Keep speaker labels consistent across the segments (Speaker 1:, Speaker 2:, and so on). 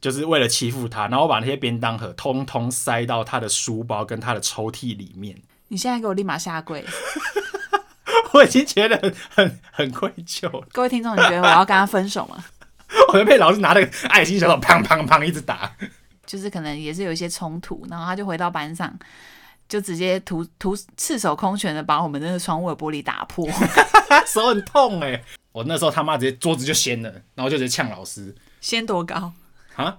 Speaker 1: 就是为了欺负他，然后把那些便当盒通通塞到他的书包跟他的抽屉里面。
Speaker 2: 你现在给我立马下跪！
Speaker 1: 我已经觉得很很很愧疚了，
Speaker 2: 各位听众，你觉得我要跟他分手吗？
Speaker 1: 我就被老师拿那个爱心小手砰砰砰一直打。
Speaker 2: 就是可能也是有一些冲突，然后他就回到班上，就直接徒徒赤手空拳的把我们那个窗户的玻璃打破。
Speaker 1: 手很痛哎、我那时候他妈直接桌子就掀了，然后就直接呛老师
Speaker 2: 先多高？
Speaker 1: 啊，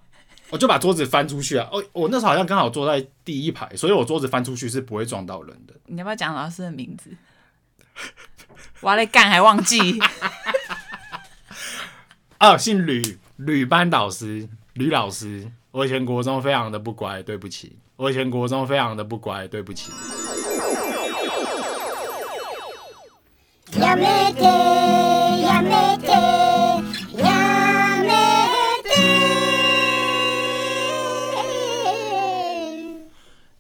Speaker 1: 我就把桌子翻出去啊！哦，我那时候好像刚好坐在第一排，所以我桌子翻出去是不会撞到人的。
Speaker 2: 你要不要讲老师的名字？ 我来干还忘记，
Speaker 1: 啊，姓吕，吕班导师，吕老师。我以前国中非常的不乖，对不起。我以前国中非常的不乖，对不起。
Speaker 3: やめてやめてやめて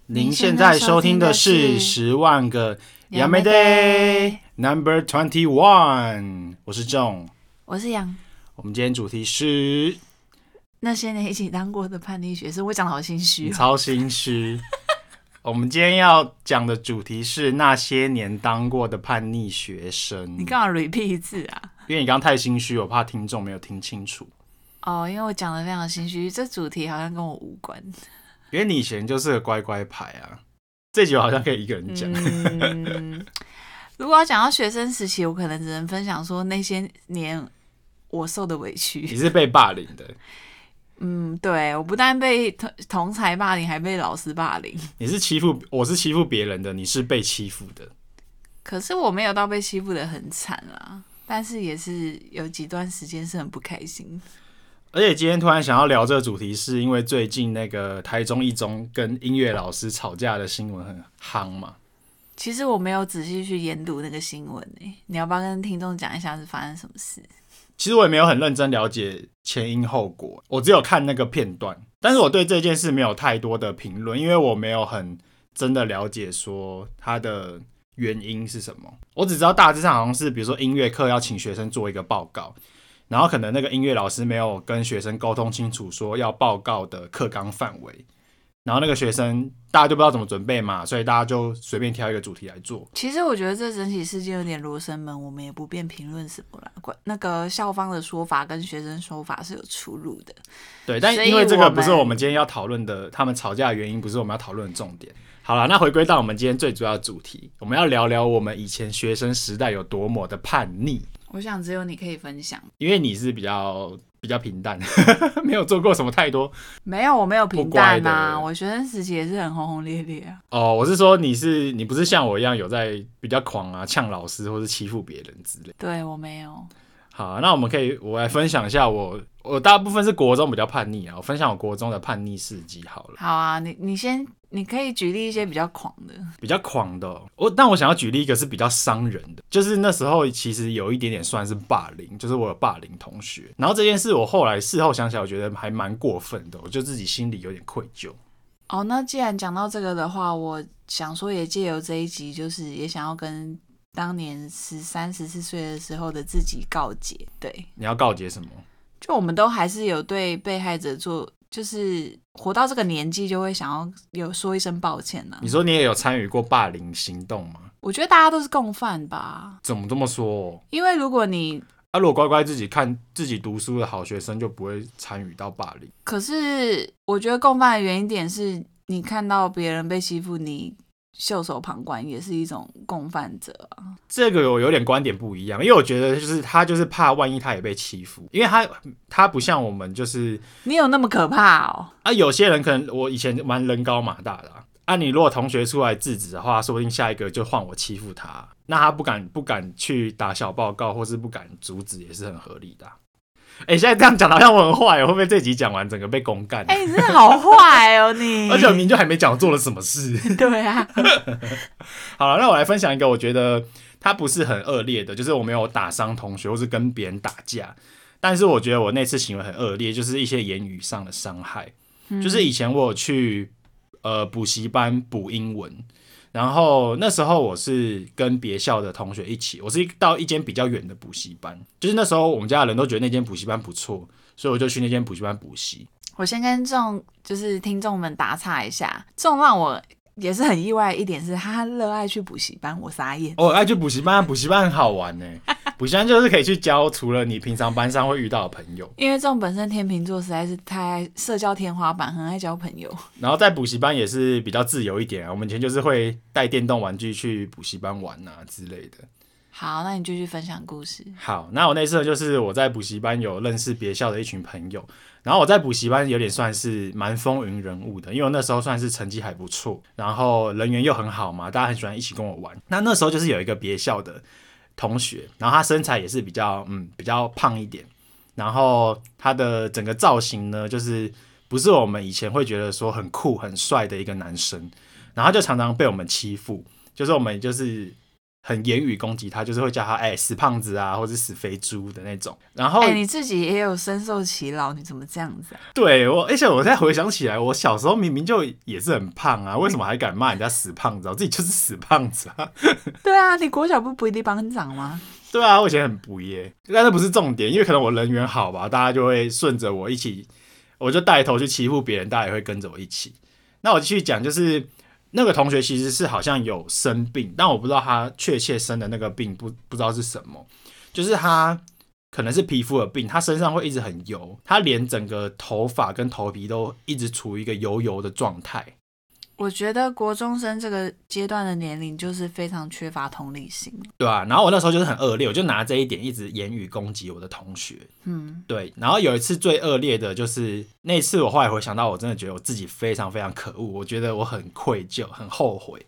Speaker 1: 您现在收听的是《十万个 y a m a Day Number Twenty One》，我是 John。
Speaker 2: 我是杨。
Speaker 1: 我们今天主题是
Speaker 2: 那些年一起当过的叛逆学生，我讲的好心虚、哦。
Speaker 1: 超心虚。我们今天要讲的主题是那些年当过的叛逆学生。
Speaker 2: 你干嘛 repeat 一次啊？
Speaker 1: 因为你刚刚太心虚，我怕听众没有听清楚。
Speaker 2: 哦，因为我讲的非常心虚，这主题好像跟我无关。
Speaker 1: 因为你以前就是个乖乖牌啊，这集我好像可以一个人讲。
Speaker 2: 嗯， 如果要讲到学生时期，我可能只能分享说那些年我受的委
Speaker 1: 你
Speaker 2: 屈。
Speaker 1: 是被霸凌的，
Speaker 2: 嗯，对，我不但被同同才霸凌，还被老师霸凌。
Speaker 1: 你是欺负，我是欺负别人的，你是被欺负的。
Speaker 2: 可是我没有到被欺负的很惨啦，但是也是有几段时间是很不开心。
Speaker 1: 而且今天突然想要聊这个主题，是因为最近那个台中一中跟音乐老师吵架的新闻很夯嘛。
Speaker 2: 其实我没有仔细去研读那个新闻诶、你要不要跟听众讲一下是发生什么事？
Speaker 1: 其实我也没有很认真了解前因后果，我只有看那个片段，但是我对这件事没有太多的评论，因为我没有很真的了解说它的原因是什么。我只知道大致上好像是，比如说音乐课要请学生做一个报告，然后可能那个音乐老师没有跟学生沟通清楚，说要报告的课纲范围。然后那个学生大家就不知道怎么准备嘛，所以大家就随便挑一个主题来做。
Speaker 2: 其实我觉得这整体事件有点罗生门，我们也不便评论什么啦。管那个校方的说法跟学生说法是有出入的。
Speaker 1: 对，但
Speaker 2: 所以
Speaker 1: 因为这个不是
Speaker 2: 我们
Speaker 1: 我们今天要讨论的，他们吵架的原因不是我们要讨论的重点。好了，那回归到我们今天最主要的主题，我们要聊聊我们以前学生时代有多么的叛逆。
Speaker 2: 我想只有你可以分享，
Speaker 1: 因为你是比较比较平淡， 没有做过什么太多
Speaker 2: 没有我没有平淡啊，
Speaker 1: 不乖的
Speaker 2: 我学生时期也是很轰轰烈烈啊。
Speaker 1: 哦。我是说你是你不是像我一样有在比较狂啊，呛老师或是欺负别人之类。
Speaker 2: 对我没有，
Speaker 1: 好，啊那我们可以我来分享一下我我大部分是国中比较叛逆啊，我分享我国中的叛逆事迹好了。
Speaker 2: 好啊，你你先，你可以举例一些比较狂的。
Speaker 1: 比较狂的哦、我但我想要举例一个是比较伤人的，就是那时候其实有一点点算是霸凌，就是我有霸凌同学，然后这件事我后来事后想起来，我觉得还蛮过分的，我就自己心里有点愧疚。
Speaker 2: 哦，那既然讲到这个的话，我想说也借由这一集，就是也想要跟当年十三、十四岁的时候的自己告解。对，
Speaker 1: 你要告诫什么？
Speaker 2: 就我们都还是有对被害者做，就是活到这个年纪就会想要有说一声抱歉呢、
Speaker 1: 你说你也有参与过霸凌行动吗？
Speaker 2: 我觉得大家都是共犯吧，
Speaker 1: 怎么这么说、哦？
Speaker 2: 因为如果你
Speaker 1: 啊，如果乖乖自己看自己读书的好学生，就不会参与到霸凌。
Speaker 2: 可是我觉得共犯的原因点是你看到别人被欺负，你袖手旁观也是一种共犯者啊。
Speaker 1: 这个我有点观点不一样，因为我觉得就是他就是怕万一他也被欺负，因为他他不像我们就是
Speaker 2: 你有那么可怕哦？
Speaker 1: 啊，有些人可能我以前蛮人高马大的啊，啊你如果同学出来制止的话，说不定下一个就换我欺负他，啊那他不敢不敢去打小报告，或是不敢阻止，也是很合理的啊、哎、现在这样讲得好像我很坏哦，会不会这集讲完整个被公干？啊
Speaker 2: 哎、你真的好坏哦你！
Speaker 1: 而且我明明就还没讲我做了什么事。
Speaker 2: 对啊，
Speaker 1: 好了，那我来分享一个，我觉得他不是很恶劣的，就是我没有打伤同学，或是跟别人打架，但是我觉得我那次行为很恶劣，就是一些言语上的伤害。就是以前我有去呃补习班补英文，然后那时候我是跟别校的同学一起，我是到一间比较远的补习班，就是那时候我们家的人都觉得那间补习班不错，所以我就去那间补习班补习。
Speaker 2: 我先跟众就是听众们打岔一下，众让我也是很意外一点是，他热爱去补习班，我傻眼。
Speaker 1: 我爱去哦补习班，补习班很好玩呢、欸 补习班就是可以去交除了你平常班上会遇到的朋友，
Speaker 2: 因为这种本身天秤座实在是太爱社交天花板，很爱交朋友。
Speaker 1: 然后在补习班也是比较自由一点啊。我们以前就是会带电动玩具去补习班玩啊之类的。
Speaker 2: 好，那你继续分享故事。
Speaker 1: 好，那我那次就是我在补习班有认识别校的一群朋友，然后我在补习班有点算是蛮风云人物的，因为我那时候算是成绩还不错，然后人缘又很好嘛，大家很喜欢一起跟我玩。那那时候就是有一个别校的同学，然后他身材也是比较嗯比较胖一点，然后他的整个造型呢，就是不是我们以前会觉得说很酷很帅的一个男生，然后他就常常被我们欺负，就是我们就是。很言语攻击他，就是会叫他哎、死胖子啊，或者死肥猪的那种。然后、
Speaker 2: 哎、你自己也有深受其扰，你怎么这样子啊？
Speaker 1: 对我，而且我现在回想起来，我小时候明明就也是很胖啊，为什么还敢骂人家死胖子啊？我自己就是死胖子啊！
Speaker 2: 对啊，你国小不不一定班长吗？
Speaker 1: 对啊，我以前很不耶，但那不是重点，因为可能我人缘好吧，大家就会顺着我一起，我就带头去欺负别人，大家也会跟着我一起。那我继续讲，就是那个同学其实是好像有生病，但我不知道他确切生的那个病不不知道是什么，就是他可能是皮肤的病，他身上会一直很油，他连整个头发跟头皮都一直处于一个油油的状态。
Speaker 2: 我觉得国中生这个阶段的年龄就是非常缺乏同理心。
Speaker 1: 对啊，然后我那时候就是很恶劣，我就拿这一点一直言语攻击我的同学。
Speaker 2: 嗯，
Speaker 1: 对，然后有一次最恶劣的就是那次，我后来回想到，我真的觉得我自己非常非常可恶，我觉得我很愧疚，很后悔。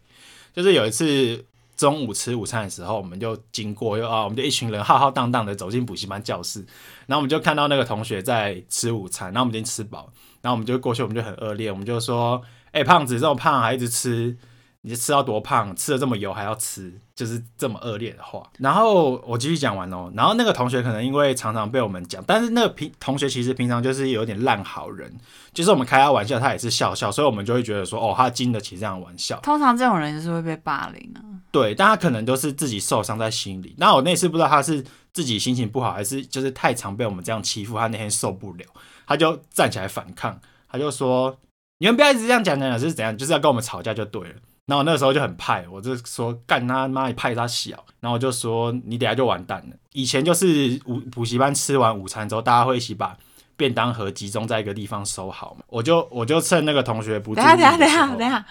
Speaker 1: 就是有一次中午吃午餐的时候，我们就经过，又啊，我们就一群人浩浩荡荡的走进补习班教室，然后我们就看到那个同学在吃午餐，然后我们已经吃饱，然后我们就过去，我们就很恶劣，我们就说，哎、胖子这么胖还一直吃，你吃到多胖？吃的这么油还要吃，就是这么恶劣的话。然后我继续讲完哦。然后那个同学可能因为常常被我们讲，但是那个平同学其实平常就是有点烂好人，就是我们开他玩笑，他也是笑笑，所以我们就会觉得说，哦，他经得起这样的玩笑。
Speaker 2: 通常这种人就是会被霸凌啊。
Speaker 1: 对，但他可能都是自己受伤在心里。那我那次不知道他是自己心情不好，还是就是太常被我们这样欺负，他那天受不了，他就站起来反抗，他就说：“你们不要一直这样讲讲讲，就是怎样，就是要跟我们吵架就对了。”然后我那时候就很派，我就说：“干他妈，你派他小！”然后我就说：“你等下就完蛋了。”以前就是午补习班吃完午餐之后，大家会一起把。便当盒集中在一个地方收好嘛，我就我就趁那个同学不注
Speaker 2: 等
Speaker 1: 意
Speaker 2: 一下，
Speaker 1: 的
Speaker 2: 等一
Speaker 1: 时
Speaker 2: 下，等一下，
Speaker 1: 候啊
Speaker 2: 等一下，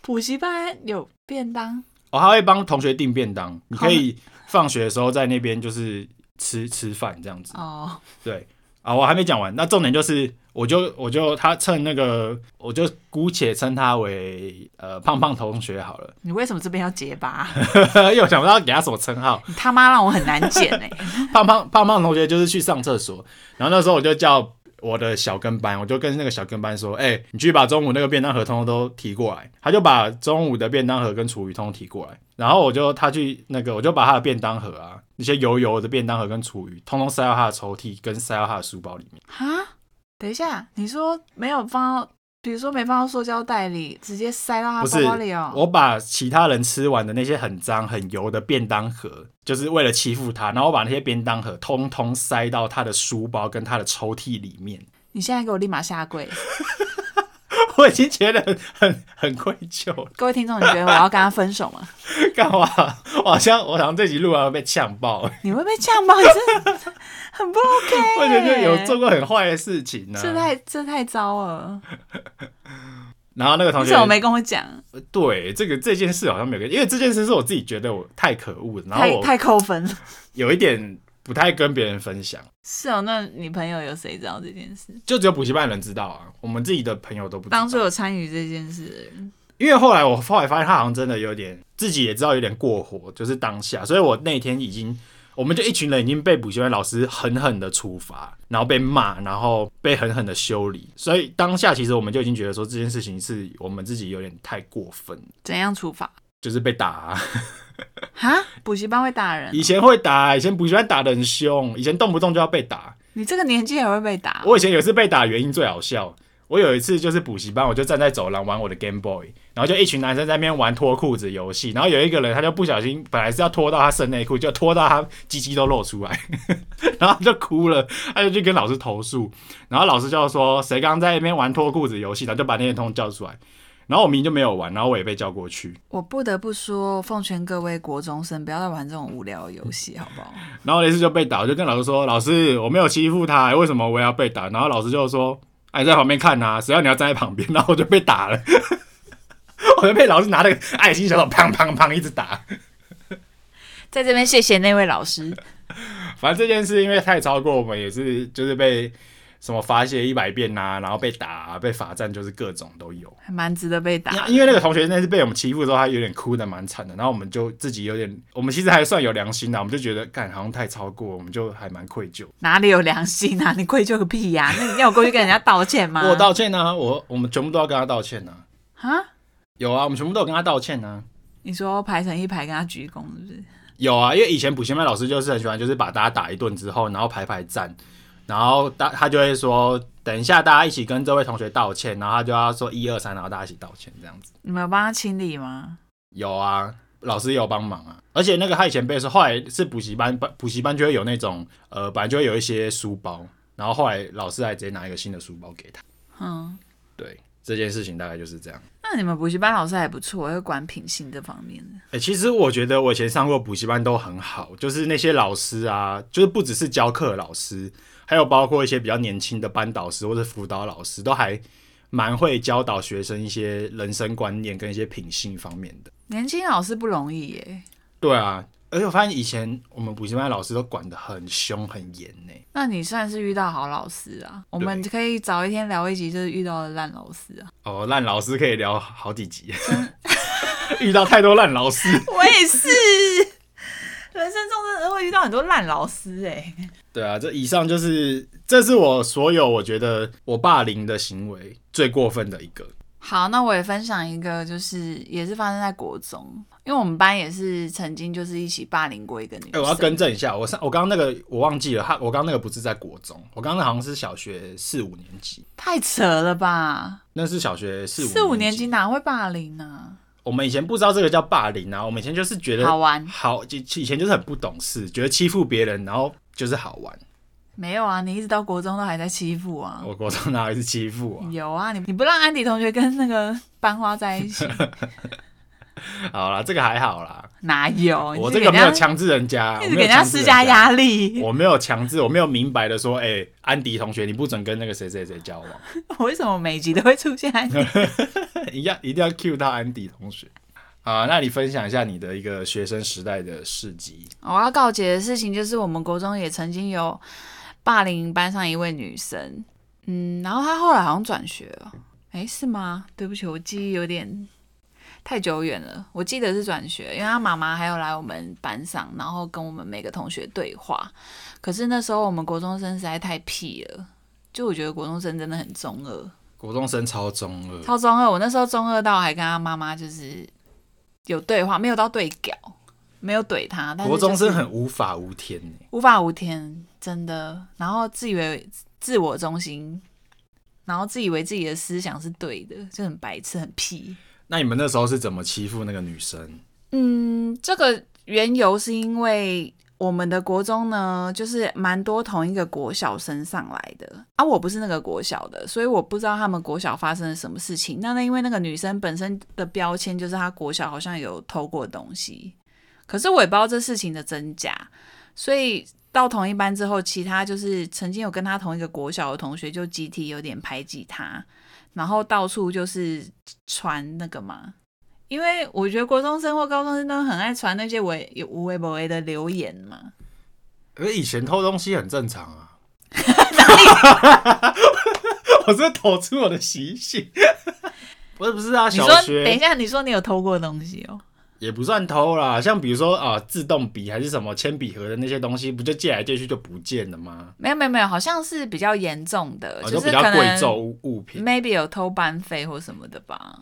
Speaker 2: 补习班有便当，
Speaker 1: 哦，他会帮同学订便当，你可以放学的时候在那边就是吃 吃饭这样子。
Speaker 2: 哦，
Speaker 1: 对啊，我还没讲完。那重点就是，我就我就他趁那个，我就姑且称他为呃胖胖同学好了，
Speaker 2: 你为什么这边要结巴？
Speaker 1: 因为我想不到给他什么称号。
Speaker 2: 你他妈让我很难剪 哎、
Speaker 1: 胖胖胖胖同学就是去上厕所，然后那时候我就叫我的小跟班，我就跟那个小跟班说：“哎、你去把中午那个便当盒通通都提过来。”他就把中午的便当盒跟厨余通通提过来，然后我就他去那个，我就把他的便当盒啊，那些油油的便当盒跟厨余，通通塞到他的抽屉跟塞到他的书包里面。
Speaker 2: 啊，等一下，你说没有放到，比如说没放到塑胶袋里，直接塞到他
Speaker 1: 不
Speaker 2: 包
Speaker 1: 是
Speaker 2: 包里哦。
Speaker 1: 我把其他人吃完的那些很脏很油的便当盒，就是为了欺负他，然后我把那些便当盒通通塞到他的书包跟他的抽屉里面。
Speaker 2: 你现在给我立马下跪！
Speaker 1: 我已经觉得很很很愧疚了，
Speaker 2: 各位听众，你觉得我要跟他分手吗？
Speaker 1: 干嘛？我好像我好像这集录完会被呛爆，
Speaker 2: 你会被呛爆，你真的 很不 OK。
Speaker 1: 我觉得有做，过很坏的事情呢、
Speaker 2: 这太这太糟了。
Speaker 1: 然后那个同
Speaker 2: 你
Speaker 1: 学
Speaker 2: 怎么没跟我讲？
Speaker 1: 对这个这件事好像没有跟，因为这件事是我自己觉得我太可恶了，然后
Speaker 2: 太
Speaker 1: 我
Speaker 2: 太扣分了。
Speaker 1: 有一点不太跟别人分享，
Speaker 2: 是哦，那你朋友有谁知道这件 事？
Speaker 1: 就只有补习班的人知道啊，我们自己的朋友都不知道。
Speaker 2: 当初有参与这件事的人，
Speaker 1: 因为后来我后来发现他好像真的有点自己也知道有点过火，就是当下，所以我那天已经，我们就一群人已经被补习班老师狠狠的处罚，然后被骂，然后被狠狠的修理，所以当下其实我们就已经觉得说这件事情是我们自己有点太过分，
Speaker 2: 怎样处罚？
Speaker 1: 就是被打、啊。
Speaker 2: 哈，补习班会打人哦、
Speaker 1: 以前会打，以前补习班打的很凶，以前动不动就要被打。
Speaker 2: 你这个年纪也会被打哦？
Speaker 1: 我以前有一次被打，原因最好笑。我有一次就是补习班，我就站在走廊玩我的 Game Boy，然后就一群男生在那边玩脱裤子游戏，然后有一个人他就不小心，本来是要脱到他剩内裤，就脱到他鸡鸡都露出来， 然后他就哭了，他就去跟老师投诉，然后老师就说谁刚刚在那边玩脱裤子游戏，然后就把那些通叫出来，然后我明明就没有玩，然后我也被叫过去，
Speaker 2: 我不得不说，奉劝各位国中生不要再玩这种无聊的游戏，好不好？
Speaker 1: 然后那次就被打，我就跟老师说：“老师，我没有欺负他，为什么我也要被打？”然后老师就说：“哎，你在旁边看啊，谁要你要站在旁边。”然后我就被打了， 我就被老师拿哎那个爱心小手砰砰砰一直打。
Speaker 2: 在这边谢谢那位老师，
Speaker 1: 反正这件事因为太超过我们，也是就是被什么罚写一百遍呐、然后被打啊、被罚站，就是各种都有。
Speaker 2: 还蛮值得被打的。
Speaker 1: 因为那个同学那次被我们欺负之后，他有点哭的蛮惨的，然后我们就自己有点，我们其实还算有良心啊的，我们就觉得干好像太超过，我们就还蛮愧疚。
Speaker 2: 哪里有良心啊？你愧疚个屁呀、那你要我过去跟人家道歉吗？
Speaker 1: 我道歉啊，我我们全部都要跟他道歉啊。
Speaker 2: 啊？
Speaker 1: 有啊，我们全部都有跟他道歉啊。
Speaker 2: 你说排成一排跟他鞠躬是不是？
Speaker 1: 有啊，因为以前补习班老师就是很喜欢，就是把大家打一顿之后，然后排排站，然后大他就会说，等一下大家一起跟这位同学道歉，然后他就要说一二三，然后大家一起道歉这样子。
Speaker 2: 你们有帮他清理吗？
Speaker 1: 有啊，老师也有帮忙啊。而且那个他以前被说，后来是补习班，补习班就会有那种呃，本来就会有一些书包，然后后来老师还直接拿一个新的书包给他。
Speaker 2: 嗯，
Speaker 1: 对，这件事情大概就是这样。
Speaker 2: 那你们补习班老师还不错，会管品性这方面的。
Speaker 1: 哎、其实我觉得我以前上过补习班都很好，就是那些老师啊，就是不只是教课老师，还有包括一些比较年轻的班导师或者辅导老师，都还蛮会教导学生一些人生观念跟一些品性方面的。
Speaker 2: 年轻老师不容易耶。
Speaker 1: 对啊，而且我发现以前我们补习班老师都管得很凶很严呢、
Speaker 2: 那你算是遇到好老师啊。我们可以早一天聊一集，就是遇到的烂老师啊。
Speaker 1: 哦，烂老师可以聊好几 集，遇到太多烂老师。
Speaker 2: 我也是， 人生中真的会遇到很多烂老师哎。
Speaker 1: 对啊，这以上就是这是我所有我觉得我霸凌的行为最过分的一个。
Speaker 2: 好，那我也分享一个，就是也是发生在国中，因为我们班也是曾经就是一起霸凌过一个女生。
Speaker 1: 哎、我要更正一下，我上我刚刚那个我忘记了，他我刚刚那个不是在国中，我刚刚那好像是小学四五年级，
Speaker 2: 太扯了吧？
Speaker 1: 那是小学四五
Speaker 2: 四五年
Speaker 1: 年
Speaker 2: 级。哪会霸凌呢、
Speaker 1: 我们以前不知道这个叫霸凌啊，我们以前就是觉得
Speaker 2: 好玩
Speaker 1: 好就以前就是很不懂事，觉得欺负别人，然后就是好玩。
Speaker 2: 没有啊，你一直到国中都还在欺负啊。
Speaker 1: 我国中哪有一次欺负我、
Speaker 2: 有啊，你你不让安迪同学跟那个班花在 一起，
Speaker 1: 好啦，这个还好啦，
Speaker 2: 哪有？
Speaker 1: 我
Speaker 2: 嗯哦你是
Speaker 1: 这
Speaker 2: 给
Speaker 1: 个
Speaker 2: 人
Speaker 1: 没
Speaker 2: 家
Speaker 1: 有强制人家，
Speaker 2: 一
Speaker 1: 我
Speaker 2: 直
Speaker 1: 没有
Speaker 2: 给人家
Speaker 1: 强制
Speaker 2: 施加
Speaker 1: 人家
Speaker 2: 压力。
Speaker 1: 我没有强制，我没有明白的说，哎、安迪同学，你不准跟那个谁谁谁交往，
Speaker 2: 我为什么每集都会出现安迪？
Speaker 1: 一样一定要 cue 到安迪同学。啊，那你分享一下你的一个学生时代的事迹。
Speaker 2: 哦我要告解的事情就是，我们国中也曾经有霸凌班上一位女生，嗯，然后她后来好像转学了，诶，是吗？对不起，我记忆有点太久远了，我记得是转学，因为她妈妈还有来我们班上，然后跟我们每个同学对话。可是那时候我们国中生实在太屁了，就我觉得国中生真的很中二。
Speaker 1: 国中生超中二，
Speaker 2: 超中二，我那时候中二到还跟他妈妈就是有对话，没有到对屌，没有怼他，但是
Speaker 1: 国中
Speaker 2: 就是
Speaker 1: 生很无法无天呢、
Speaker 2: 无法无天，真的。然后自以为自我中心，然后自以为自己的思想是对的，就很白痴，很屁。
Speaker 1: 那你们那时候是怎么欺负那个女生？
Speaker 2: 嗯，这个缘由是因为我们的国中呢，就是蛮多同一个国小升上来的啊，我不是那个国小的，所以我不知道他们国小发生了什么事情。那那因为那个女生本身的标签就是她国小好像有偷过东西，可是我也不知道这事情的真假，所以。到同一班之后，其他就是曾经有跟她同一个国小的同学，就集体有点排挤她，然后到处就是传那个嘛，因为我觉得国中生或高中生都很爱传那些微有无微不微的留言嘛，
Speaker 1: 因为以前偷东西很正常啊。 我这抖出我的习性。 不是不是啊，
Speaker 2: 你
Speaker 1: 小
Speaker 2: 说
Speaker 1: 学
Speaker 2: 等一下，你说你有偷过东西哦？
Speaker 1: 也不算偷啦，像比如说啊，自动笔还是什么铅笔盒的那些东西，不就借来借去就不见了吗？
Speaker 2: 没有没有没有，好像是比较严重的，
Speaker 1: 啊，
Speaker 2: 就
Speaker 1: 就是比较
Speaker 2: 可
Speaker 1: 贵重
Speaker 2: 能
Speaker 1: 物物品，
Speaker 2: maybe 有偷班费或什么的吧，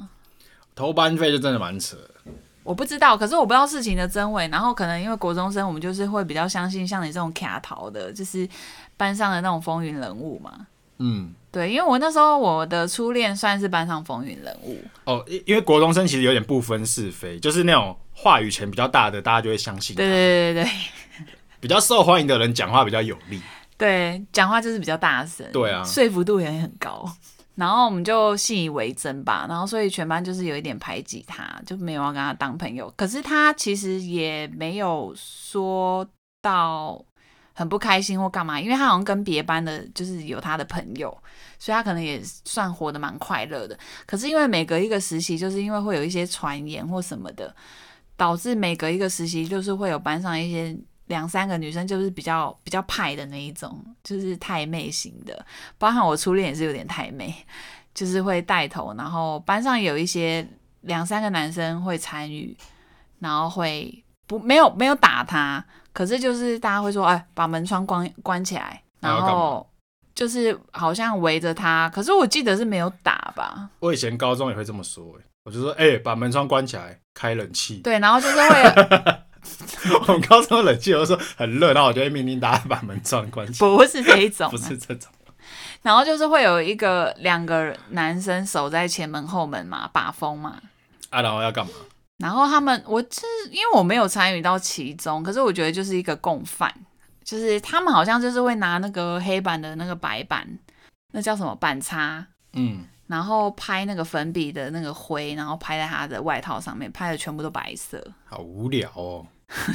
Speaker 1: 偷班费就真的蛮扯的。
Speaker 2: 我不知道，可是我不知道事情的真伪。然后可能因为国中生，我们就是会比较相信像你这种卡淘的，就是班上的那种风云人物嘛。
Speaker 1: 嗯，
Speaker 2: 对，因为我那时候我的初恋算是班上风云人物，
Speaker 1: 哦，因因为国中生其实有点不分是非，就是那种话语权比较大的，大家就会相信他
Speaker 2: 对对对对对
Speaker 1: 比较受欢迎的人讲话比较有力。
Speaker 2: 对，讲话就是比较大声，
Speaker 1: 对啊
Speaker 2: 说服度也很高。然后我们就信以为真吧，然后所以全班就是有一点排挤他，就没有要跟他当朋友。可是他其实也没有说到很不开心或干嘛，因为他好像跟别班的，就是有他的朋友，所以他可能也算活得蛮快乐的。可是因为每隔一个实习，就是因为会有一些传言或什么的，导致每隔一个实习就是会有班上一些两三个女生，就是比较比较派的那一种，就是太妹型的。包含我初恋也是有点太妹， 就是会带头，然后班上有一些两三个男生会参与，然后会不没有没有打他，可是就是大家会说，哎，把门窗关关起来，
Speaker 1: 那要
Speaker 2: 然
Speaker 1: 干嘛
Speaker 2: 后就是好像围着他，可是我记得是没有打吧。
Speaker 1: 我以前高中也会这么说、欸，我就说，哎、把门窗关起来，开冷气。
Speaker 2: 对，然后就是会有
Speaker 1: 我们高中的冷气，我就说很热，然后我就会命令大家把门窗关起来。
Speaker 2: 不是这一种、啊，
Speaker 1: 不是这种，
Speaker 2: 然后就是会有一个两个男生守在前门后门嘛，把风嘛。
Speaker 1: 啊，然后要干嘛？
Speaker 2: 然后他们，我就是因为我没有参与到其中，可是我觉得就是一个共犯，就是他们好像就是会拿那个黑板的那个白板，那叫什么板擦，
Speaker 1: 嗯，
Speaker 2: 然后拍那个粉笔的那个灰，然后拍在他的外套上面，拍的全部都白色。
Speaker 1: 好无聊 哦，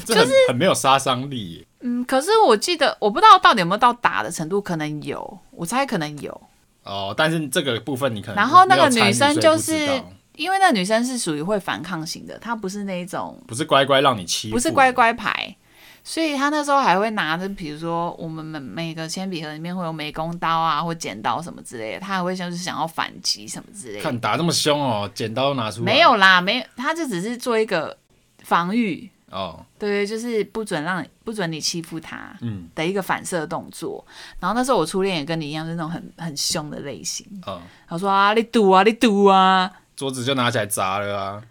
Speaker 1: 这很很没有杀伤力耶。
Speaker 2: 嗯，可是我记得我不知道到底有没有到打的程度，可能有，我猜可能有。
Speaker 1: 哦，但是这个部分你可能
Speaker 2: 然后那个
Speaker 1: 嗯没有参与
Speaker 2: 女生
Speaker 1: 所以
Speaker 2: 就
Speaker 1: 不知
Speaker 2: 是
Speaker 1: 道
Speaker 2: 因为那女生是属于会反抗型的，她不是那一种
Speaker 1: 不是乖乖让你欺负，
Speaker 2: 不是乖，乖牌，所以她那时候还会拿着，比如说我们每每个铅笔盒里面会有美工刀啊或剪刀什么之类的，她还会就是想要反击什么之类的。
Speaker 1: 看打这么凶哦，剪刀拿出来
Speaker 2: 没有啦，没有，她就只是做一个防御，
Speaker 1: 哦，
Speaker 2: 对，就是不准让不准你欺负她。
Speaker 1: 嗯
Speaker 2: 的一个反射动作，然后那时候我初恋也跟你一样，是那种很很凶的类型。
Speaker 1: 哦，
Speaker 2: 他说啊，你赌啊，你赌啊，
Speaker 1: 桌子就拿起来砸了啊。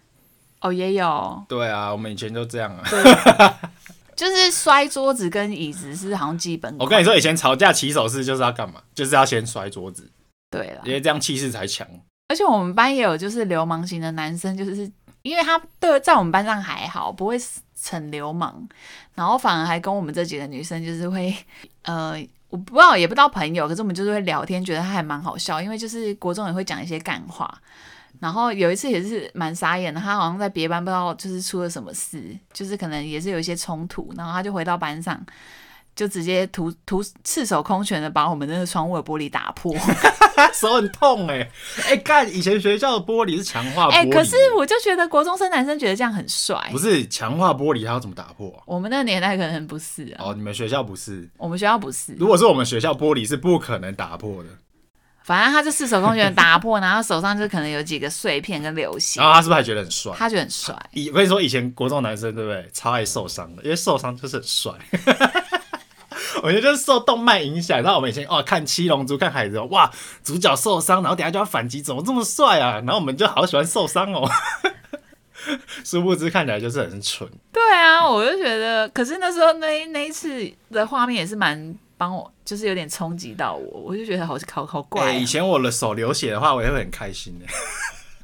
Speaker 2: 哦，也有，
Speaker 1: 对啊，我们以前就这样啊。
Speaker 2: 就是摔桌子跟椅子是好像基本
Speaker 1: 我
Speaker 2: 款。
Speaker 1: 跟你说，以前吵架起手式就是要干嘛？就是要先摔桌子，
Speaker 2: 对了
Speaker 1: 因，为这样气势才强。
Speaker 2: 而且我们班也有就是流氓型的男生，就是因为他对在我们班上还好，不会逞流氓，然后反而还跟我们这几个女生就是会，呃，我不知道也不知道朋友，可是我们就是会聊天，觉得他还蛮好笑，因为就是国中也会讲一些干话。然后有一次也是蛮傻眼的，他好像在别班不知道就是出了什么事，就是可能也是有一些冲突，然后他就回到班上，就直接徒徒赤手空拳的把我们那个窗户的玻璃打破。
Speaker 1: 手很痛哎、哎、看以前学校的玻璃是强化玻璃，
Speaker 2: 哎、可是我就觉得国中生男生觉得这样很帅
Speaker 1: 不。是强化玻璃，它要怎么打破啊、
Speaker 2: 我们那个年代可能不是啊，
Speaker 1: 哦，你们学校不是？
Speaker 2: 我们学校不是。
Speaker 1: 如果是我们学校玻璃是不可能打破的，
Speaker 2: 反正他就赤手空拳打破，然后手上就可能有几个碎片跟流血
Speaker 1: 然，后他是不是还觉得很帅？
Speaker 2: 他觉得很帅。
Speaker 1: 以我跟你说，以前国中男生对不对，超爱受伤的，因为受伤就是很帅。 我觉得就是受动漫影响，然后我们以前哦看《七龙珠》看《海贼王》，哇，主角受伤，然后等下就要反击，怎么这么帅啊？然后我们就好喜欢受伤哦。 殊不知看起来就是很蠢，
Speaker 2: 对啊，我就觉得，可是那时候那那一次的画面也是蛮帮我，就是有点冲击到我，我就觉得好好好怪啊、
Speaker 1: 哎以前我的手流血的话，我也会很开心的。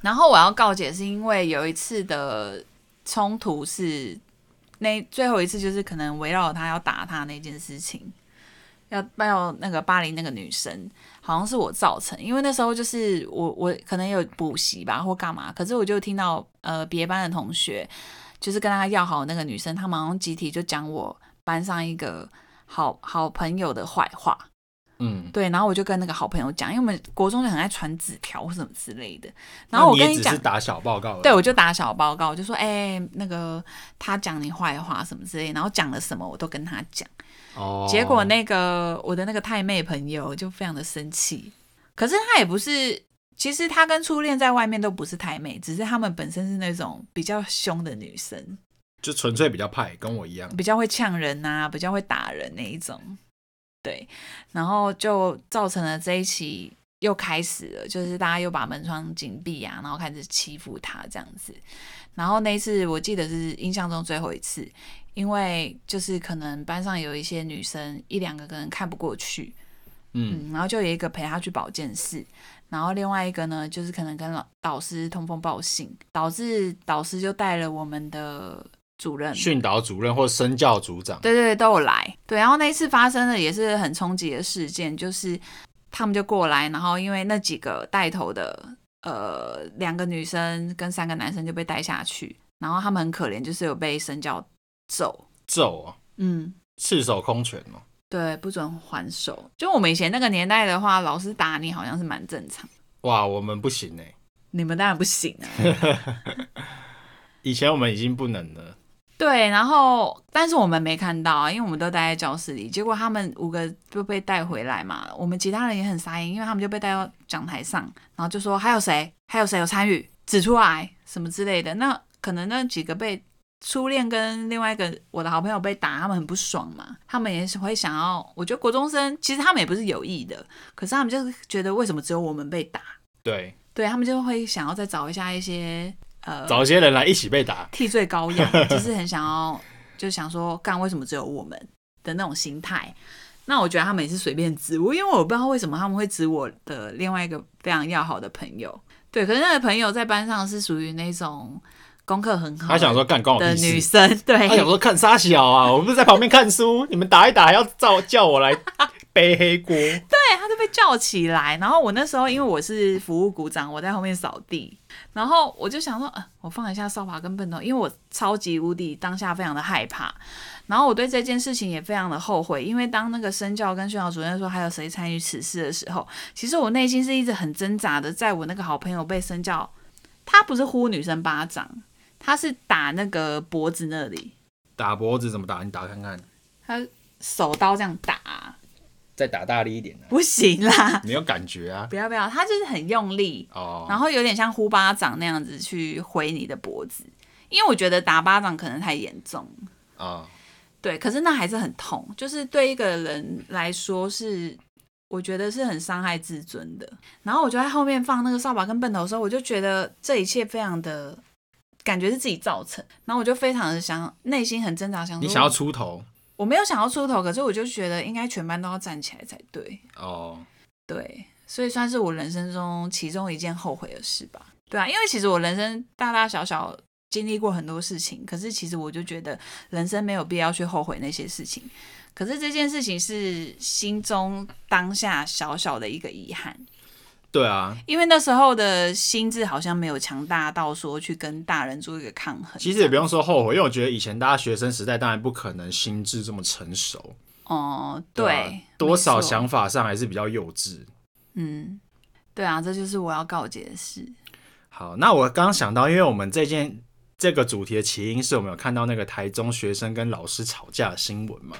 Speaker 2: 然后我要告解，是因为有一次的冲突是那最后一次，就是可能围绕他要打他那件事情，要要那个巴黎那个女生，好像是我造成，因为那时候就是我我可能有补习吧或干嘛，可是我就听到呃别班的同学，就是跟他要好的那个女生，他们好像集体就讲我班上一个好好朋友的坏话，
Speaker 1: 嗯，
Speaker 2: 对，然后我就跟那个好朋友讲，因为我们国中就很爱传纸条或什么之类的，然后我
Speaker 1: 那
Speaker 2: 跟
Speaker 1: 你也只
Speaker 2: 讲
Speaker 1: 是。打小报告而已，
Speaker 2: 对，我就打小报告，我就说，哎、那个他讲你坏话什么之类，然后讲了什么我都跟他讲。
Speaker 1: 哦，
Speaker 2: 结果那个我的那个太妹朋友就非常的生气，可是她也不是，其实她跟初恋在外面都不是太妹，只是她们本身是那种比较凶的女生，
Speaker 1: 就纯粹比较派，跟我一样。
Speaker 2: 比较会呛人啊，比较会打人那一种。对，然后就造成了这一期又开始了，就是大家又把门窗紧闭啊，然后开始欺负他这样子。然后那一次我记得是印象中最后一次，因为就是可能班上有一些女生一两个可能看不过去，
Speaker 1: 嗯，
Speaker 2: 嗯，然后就有一个陪他去保健室，然后另外一个呢，就是可能跟老导师通风报信，导致导师就带了我们的主任，
Speaker 1: 训导主任或身教组长，
Speaker 2: 对对对，都有来。对，然后那一次发生的也是很冲击的事件，就是他们就过来，然后因为那几个带头的呃两个女生跟三个男生就被带下去，然后他们很可怜，就是有被身教揍，
Speaker 1: 揍哦，
Speaker 2: 嗯。
Speaker 1: 赤手空拳哦，
Speaker 2: 对，不准还手。就我们以前那个年代的话，老师打你好像是蛮正常，
Speaker 1: 哇，我们不行 哎，
Speaker 2: 你们当然不行啊。
Speaker 1: 以前我们已经不能了，
Speaker 2: 对，然后但是我们没看到啊，因为我们都待在教室里。结果他们五个就被带回来嘛，我们其他人也很傻眼，因为他们就被带到讲台上，然后就说还有谁，还有谁有参与，指出来什么之类的。那可能那几个被初恋跟另外一个我的好朋友被打，他们很不爽嘛，他们也是会想要。我觉得国中生其实他们也不是有意的，可是他们就是觉得为什么只有我们被打，
Speaker 1: 对，
Speaker 2: 对他们就会想要再找一下一些呃
Speaker 1: 找一些人来一起被打，
Speaker 2: 替罪羔羊， 就是很想要，就想说干为什么只有我们的那种心态。那我觉得他们也是随便指我，因为我不知道为什么他们会指我的另外一个非常要好的朋友。对，可是那个朋友在班上是属于那种功课很好，
Speaker 1: 他想说干关我
Speaker 2: 的
Speaker 1: 屁
Speaker 2: 女
Speaker 1: 事，
Speaker 2: 生，对
Speaker 1: 他，想说看沙小啊， 我不是在旁边看书，你们打一打还要叫叫我来背黑 锅，
Speaker 2: 对，他就被叫起来。然后我那时候因为我是服务股长，我在后面扫地，然后我就想说，呃，我放一下扫把跟笨头，因为我超级无敌当下非常的害怕，然后我对这件事情也非常的后悔，因为当那个身教跟训导主任说还有谁参与此事的时候，其实我内心是一直很挣扎的，在我那个好朋友被身教，他不是呼女生巴掌，他是打那个脖子那里，
Speaker 1: 打脖子怎么打？你打看看，
Speaker 2: 他手刀这样打，
Speaker 1: 再打大力一点啊，
Speaker 2: 不行啦，
Speaker 1: 没有感觉啊，
Speaker 2: 不要不要，他就是很用力。
Speaker 1: 哦，
Speaker 2: 然后有点像呼巴掌那样子去挥你的脖子，因为我觉得打巴掌可能太严重，
Speaker 1: 啊，
Speaker 2: 对，可是那还是很痛，就是对一个人来说是，我觉得是很伤害自尊的。然后我就在后面放那个扫把跟笨头的时候，我就觉得这一切非常的感觉是自己造成，然后我就非常的想，内心很挣扎，想说
Speaker 1: 你想要出头
Speaker 2: 我没有想要出头，可是我就觉得应该全班都要站起来才对，
Speaker 1: 哦，
Speaker 2: 对，所以算是我人生中其中一件后悔的事吧。对啊，因为其实我人生大大小小经历过很多事情，可是其实我就觉得人生没有必要去后悔那些事情。可是这件事情是心中当下小小的一个遗憾，
Speaker 1: 对啊，
Speaker 2: 因为那时候的心智好像没有强大到说去跟大人做一个抗衡。
Speaker 1: 其实也不用说后悔，因为我觉得以前大家学生时代当然不可能心智这么成熟，
Speaker 2: 哦、
Speaker 1: 啊
Speaker 2: 对，
Speaker 1: 多少
Speaker 2: 没错
Speaker 1: 想法上还是比较幼稚。
Speaker 2: 嗯，对啊，这就是我要告诫的事。
Speaker 1: 好，那我刚想到，因为我们这件这个主题的起因是我们有看到那个台中学生跟老师吵架的新闻嘛，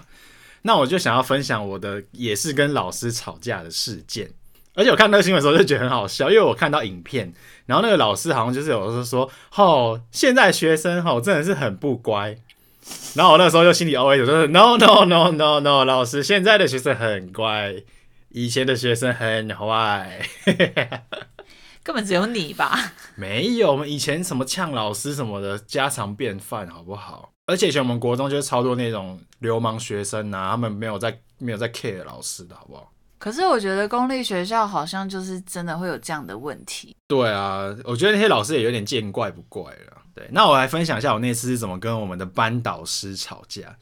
Speaker 1: 那我就想要分享我的也是跟老师吵架的事件。而且我看那个新闻的时候就觉得很好笑，因为我看到影片，然后那个老师好像就是有时候说：“哦，现在学生哦真的是很不乖。”然后我那时候就心里 OS 就是 “No No No No No，老师现在的学生很乖，以前的学生很坏。”
Speaker 2: 根本只有你吧？
Speaker 1: 没有，我们以前什么呛老师什么的，家常便饭，好不好？而且以前我们国中就是超多那种流氓学生啊，他们没有在没有在 care 老师的好不好？
Speaker 2: 可是我觉得公立学校好像就是真的会有这样的问题。
Speaker 1: 对啊，我觉得那些老师也有点见怪不怪了。对，那我来分享一下我那次是怎么跟我们的班导师吵架。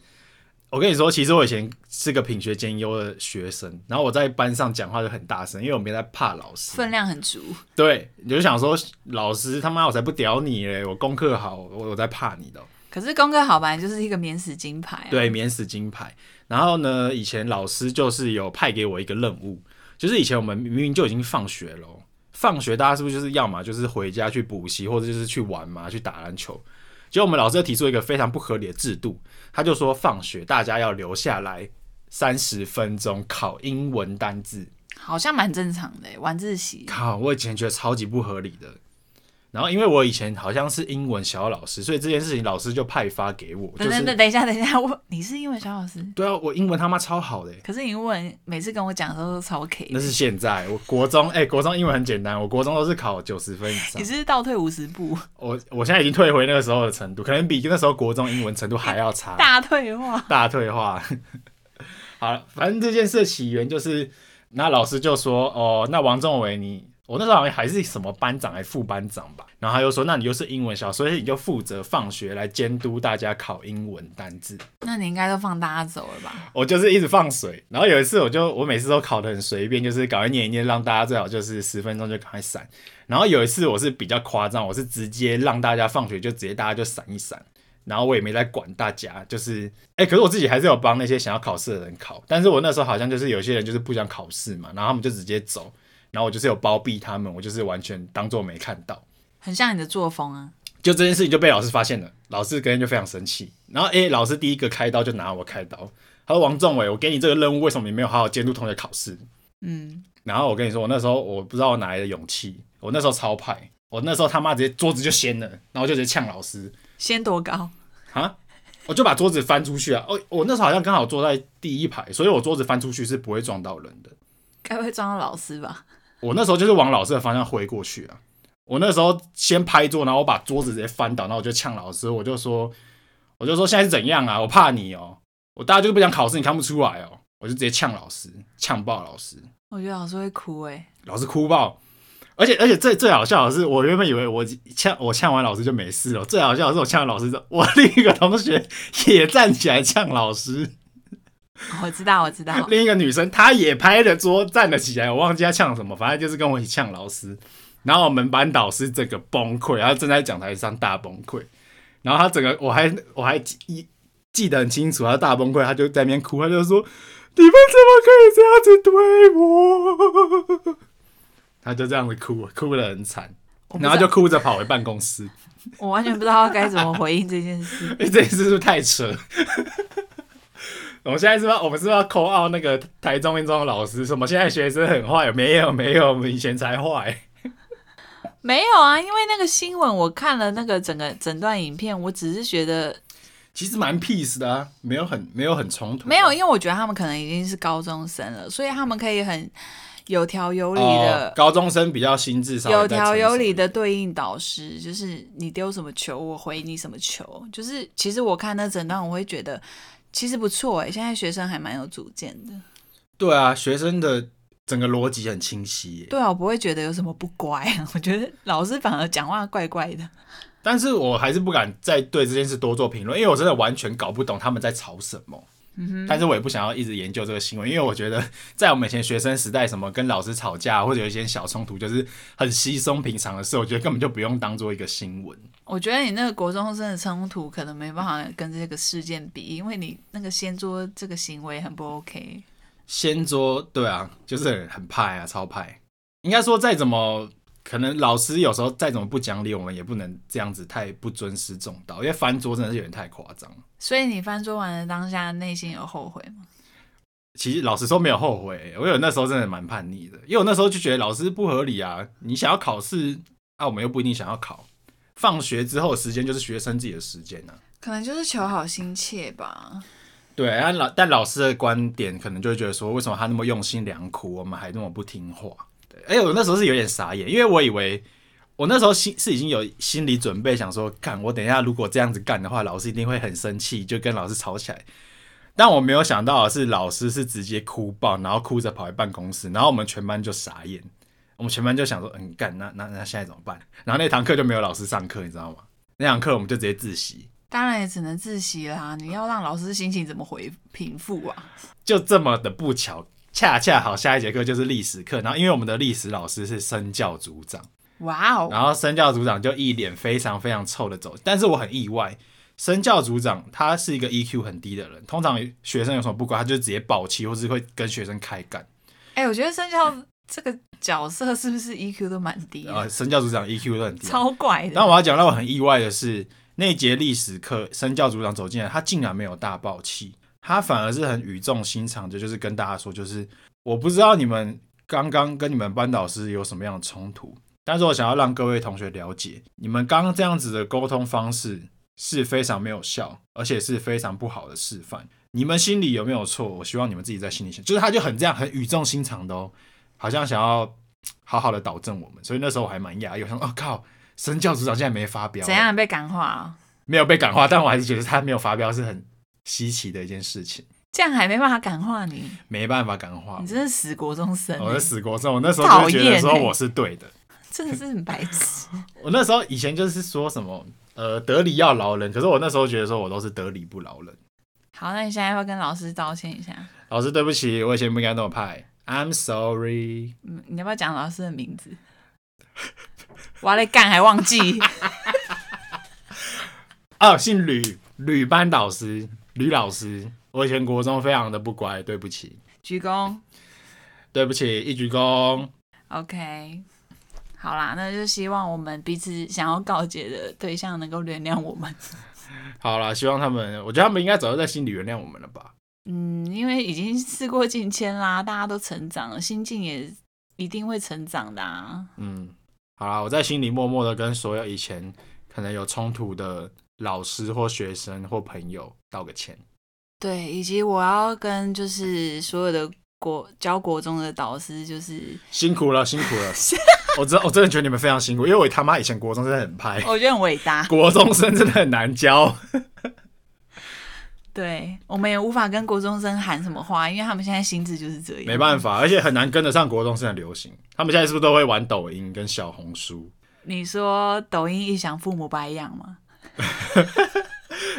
Speaker 1: 我跟你说，其实我以前是个品学兼优的学生，然后我在班上讲话就很大声，因为我没在怕老师。
Speaker 2: 分量很足，
Speaker 1: 对，你就想说，老师他妈我才不屌你嘞，我功课好，我我在怕你的哦。
Speaker 2: 可是功课好吧，就是一个免死金牌、啊。，
Speaker 1: 对，免死金牌。然后呢，以前老师就是有派给我一个任务，就是以前我们明明就已经放学了哦，放学大家是不是就是要么就是回家去补习，或者就是去玩嘛，去打篮球。结果我们老师就提出一个非常不合理的制度，他就说放学大家要留下来三十分钟考英文单字。
Speaker 2: 好像蛮正常的。欸晚自习，
Speaker 1: 靠，我以前觉得超级不合理的。然后因为我以前好像是英文小老师，所以这件事情老师就派发给我，
Speaker 2: 等
Speaker 1: 就
Speaker 2: 等等，
Speaker 1: 是
Speaker 2: 等一下，等一下， 我你是英文小老师，
Speaker 1: 对啊，我英文他妈超好的欸。
Speaker 2: 可是你英文每次跟我讲的时候都超 K，
Speaker 1: 那是现在，我国中哎、国中英文很简单，我国中都是考九十分以上
Speaker 2: 你。是不是倒退五 十步，
Speaker 1: 我我现在已经退回那个时候的程度，可能比那时候国中英文程度还要差，
Speaker 2: 大退化。
Speaker 1: 大退化。好了，反正这件事的起源就是那老师就说：“哦，那王仲伟你，我那时候好像还是什么班长还副班长吧。”然后他又说：“那你又是英文小，所以你就负责放学来监督大家考英文单字。”
Speaker 2: 那你应该都放大家走了吧？
Speaker 1: 我就是一直放水，然后有一次我就我每次都考得很随便，就是赶快念一念，让大家最好就是十分钟就赶快闪。然后有一次我是比较夸张，我是直接让大家放学就直接大家就闪一闪，然后我也没在管大家，就是哎、可是我自己还是有帮那些想要考试的人考，但是我那时候好像就是有些人就是不想考试嘛，然后他们就直接走，然后我就是有包庇他们，我就是完全当做没看到。
Speaker 2: 很像你的作风啊。
Speaker 1: 就这件事情就被老师发现了，老师隔天就非常生气。然后，诶、老师第一个开刀就拿我开刀，他说：“王仲伟，我给你这个任务，为什么你没有好好监督同学考试
Speaker 2: 嗯，？”
Speaker 1: 然后我跟你说，我那时候我不知道我哪来的勇气，我那时候超派，我那时候他妈直接桌子就掀了，然后就直接呛老师
Speaker 2: 先多高？
Speaker 1: 啊！我就把桌子翻出去啊！哦，我那时候好像刚好坐在第一排，所以我桌子翻出去是不会撞到人的。
Speaker 2: 该不会撞到老师吧？
Speaker 1: 我那时候就是往老师的方向挥过去啊。我那时候先拍桌，然后我把桌子直接翻倒，然后我就呛老师，我就说，我就说现在是怎样啊？我怕你哦，我大家就是不想考试，你看不出来哦，我就直接呛老师，呛爆老师，
Speaker 2: 我觉得老师会哭哎、
Speaker 1: 老师哭爆。而且而且最最好笑的是，我原本以为我呛我呛完老师就没事了，最好笑的是我呛完老师之后， 我另一个同学也站起来呛老师，
Speaker 2: 哦我知道，我知道。
Speaker 1: 另一个女生她也拍着桌站了起来，我忘记她呛什么，反正就是跟我一起呛老师。然后我们班导师整个崩溃，他正在讲台上大崩溃。然后他整个我还我还记记得很清楚，他大崩溃，他就在那边哭，他就说：“你们怎么可以这样子对我？”他就这样子哭，哭得很惨，
Speaker 2: 不知
Speaker 1: 然
Speaker 2: 道
Speaker 1: 后就哭着跑回办公室。
Speaker 2: 我完全不知道该怎么回应这件事。
Speaker 1: 哎、 这一次是不是太扯？ 我们现在是不是要我们是不是要扣奥那个台中一中的老师？什么现在学生很坏？没有没有，我们以前才坏。
Speaker 2: 没有啊，因为那个新闻我看了那个整个整段影片，我只是觉得
Speaker 1: 其实蛮 peace 的啊，没有很没有很冲突啊，
Speaker 2: 没有，因为我觉得他们可能已经是高中生了，所以他们可以很有条有理
Speaker 1: 哦
Speaker 2: 的、
Speaker 1: 高中生比较心智上
Speaker 2: 有条有理的对应导师，就是你丢什么球，我回你什么球。就是其实我看那整段，我会觉得其实不错哎、现在学生还蛮有主见的。
Speaker 1: 对啊，学生的整个逻辑很清晰耶。
Speaker 2: 对啊，我不会觉得有什么不乖啊，我觉得老师反而讲话怪怪的。
Speaker 1: 但是我还是不敢再对这件事多做评论，因为我真的完全搞不懂他们在吵什么。但是我也不想要一直研究这个新闻，因为我觉得 在我们以前学生时代，什么跟老师吵架或者有一些小冲突，就是很稀松平常的事，我觉得根本就不用当做一个新闻。
Speaker 2: 我觉得你那个国中生的冲突可能没办法跟这个事件比，因为你那个掀桌这个行为很不 OK。
Speaker 1: 掀桌，对啊，就是很很派啊，超派。应该说再怎么。可能老师有时候再怎么不讲理，我们也不能这样子太不尊师重道，因为翻桌真的是有点太夸张。
Speaker 2: 所以你翻桌完的当下，内心有后悔吗？
Speaker 1: 其实老实说没有后悔，欸我有那时候真的蛮叛逆的，因为我那时候就觉得老师不合理啊，你想要考试啊，我们又不一定想要考。放学之后的时间就是学生自己的时间啊。
Speaker 2: 可能就是求好心切吧。
Speaker 1: 对，啊老但老师的观点可能就会觉得说，为什么他那么用心良苦，我们还那么不听话？对，哎、我那时候是有点傻眼，因为我以为我那时候心是已经有心理准备，想说，干，我等一下如果这样子干的话，老师一定会很生气，就跟老师吵起来。但我没有想到的是，老师是直接哭爆，然后哭着跑回办公室，然后我们全班就傻眼，我们全班就想说，嗯，干，那那那现在怎么办？然后那堂课就没有老师上课，你知道吗？那堂课我们就直接自习，
Speaker 2: 当然也只能自习啦。你要让老师心情怎么回平复啊？
Speaker 1: 就这么的不巧，恰恰好下一节课就是历史课，然后因为我们的历史老师是身教组长，
Speaker 2: 哇哦，
Speaker 1: 然后身教组长就一脸非常非常臭的走，但是我很意外，身教组长他是一个 EQ 很低的人，通常学生有什么不乖，他就直接暴气，或是会跟学生开干。
Speaker 2: 哎、我觉得生肖这个角色是不是 EQ 都蛮低的，
Speaker 1: 啊，身教组长 EQ 都很低啊，
Speaker 2: 超怪的。
Speaker 1: 但我要讲让我很意外的是，那一节历史课，身教组长走进来，他竟然没有大爆气，他反而是很语重心长的，就是跟大家说，就是我不知道你们刚刚跟你们班导师有什么样的冲突，但是我想要让各位同学了解，你们刚刚这样子的沟通方式是非常没有效，而且是非常不好的示范。你们心里有没有错？我希望你们自己在心里想，就是他就很这样，很语重心长的哦，好像想要好好的导正我们。所以那时候我还蛮讶异，我想，哦靠，神教组长竟然没发飙，
Speaker 2: 怎样被感化、啊？
Speaker 1: 没有被感化，但我还是觉得他没有发飙是很稀奇的一件事情。
Speaker 2: 这样还没办法感化你，
Speaker 1: 没办法感化
Speaker 2: 你。真是死国中生欸、
Speaker 1: 哦我是死国中，我那时候就觉得
Speaker 2: 欸
Speaker 1: 说我是对的。
Speaker 2: 真的是很白痴。
Speaker 1: 我那时候以前就是说什么呃得理要饶人，可是我那时候觉得说我都是得理不饶人。
Speaker 2: 好，那你现在会跟老师道歉一下，
Speaker 1: 老师对不起，我以前不应该那么派，I'm sorry。
Speaker 2: 嗯，你要不要讲老师的名 字？我嘞干还忘记，
Speaker 1: 哦，姓吕，吕班导师，吕老师。我以前国中非常的不乖，对不起，
Speaker 2: 鞠躬。
Speaker 1: 对不起，一鞠躬。
Speaker 2: OK，好啦，那就希望我们彼此想要告解的对象能够原谅我们。
Speaker 1: 好啦，希望他们，我觉得他们应该早就在心里原谅我们了吧。
Speaker 2: 嗯，因为已经事过境迁啦，大家都成长了，心境也一定会成长的啊。
Speaker 1: 嗯，好啦，我在心里默默的跟所有以前可能有冲突的老师或学生或朋友道个歉。
Speaker 2: 对，以及我要跟就是所有的国教国中的导师，就是
Speaker 1: 辛苦了，辛苦 了！我真我真的觉得你们非常辛苦，因为我他妈以前国中真的很拍，
Speaker 2: 我觉得很伟大。
Speaker 1: 国中生真的很难教。
Speaker 2: 对，我们也无法跟国中生喊什么话，因为他们现在心智就是这样。
Speaker 1: 没办法，而且很难跟得上国中生的流行。他们现在是不是都会玩抖音跟小红书？
Speaker 2: 你说抖音一响，父母白养吗？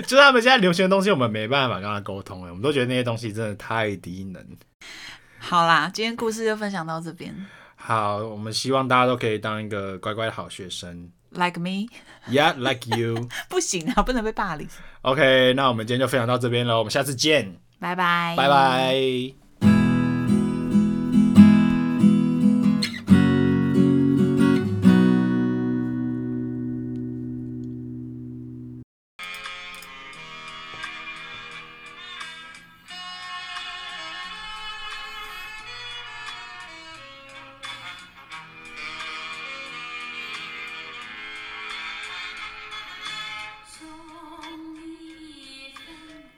Speaker 1: 就是他们现在流行的东西，我们没办法跟他沟通哎，我们都觉得那些东西真的太低能。
Speaker 2: 好啦，今天故事就分享到这边。
Speaker 1: 好，我们希望大家都可以当一个乖乖的好学生
Speaker 2: Like me，
Speaker 1: ，Yeah like you。
Speaker 2: 不行啊，不能被霸凌。
Speaker 1: OK，那我们今天就分享到这边了，我们下次见，
Speaker 2: 拜拜，
Speaker 1: 拜拜。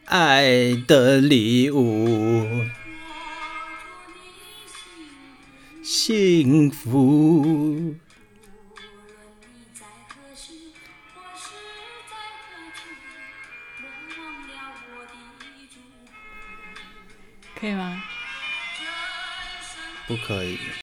Speaker 1: 爱的礼物，幸福。
Speaker 4: 在何时？我是在何处？我忘了我的主。
Speaker 2: 可以吗？
Speaker 4: 人生
Speaker 1: 不可以。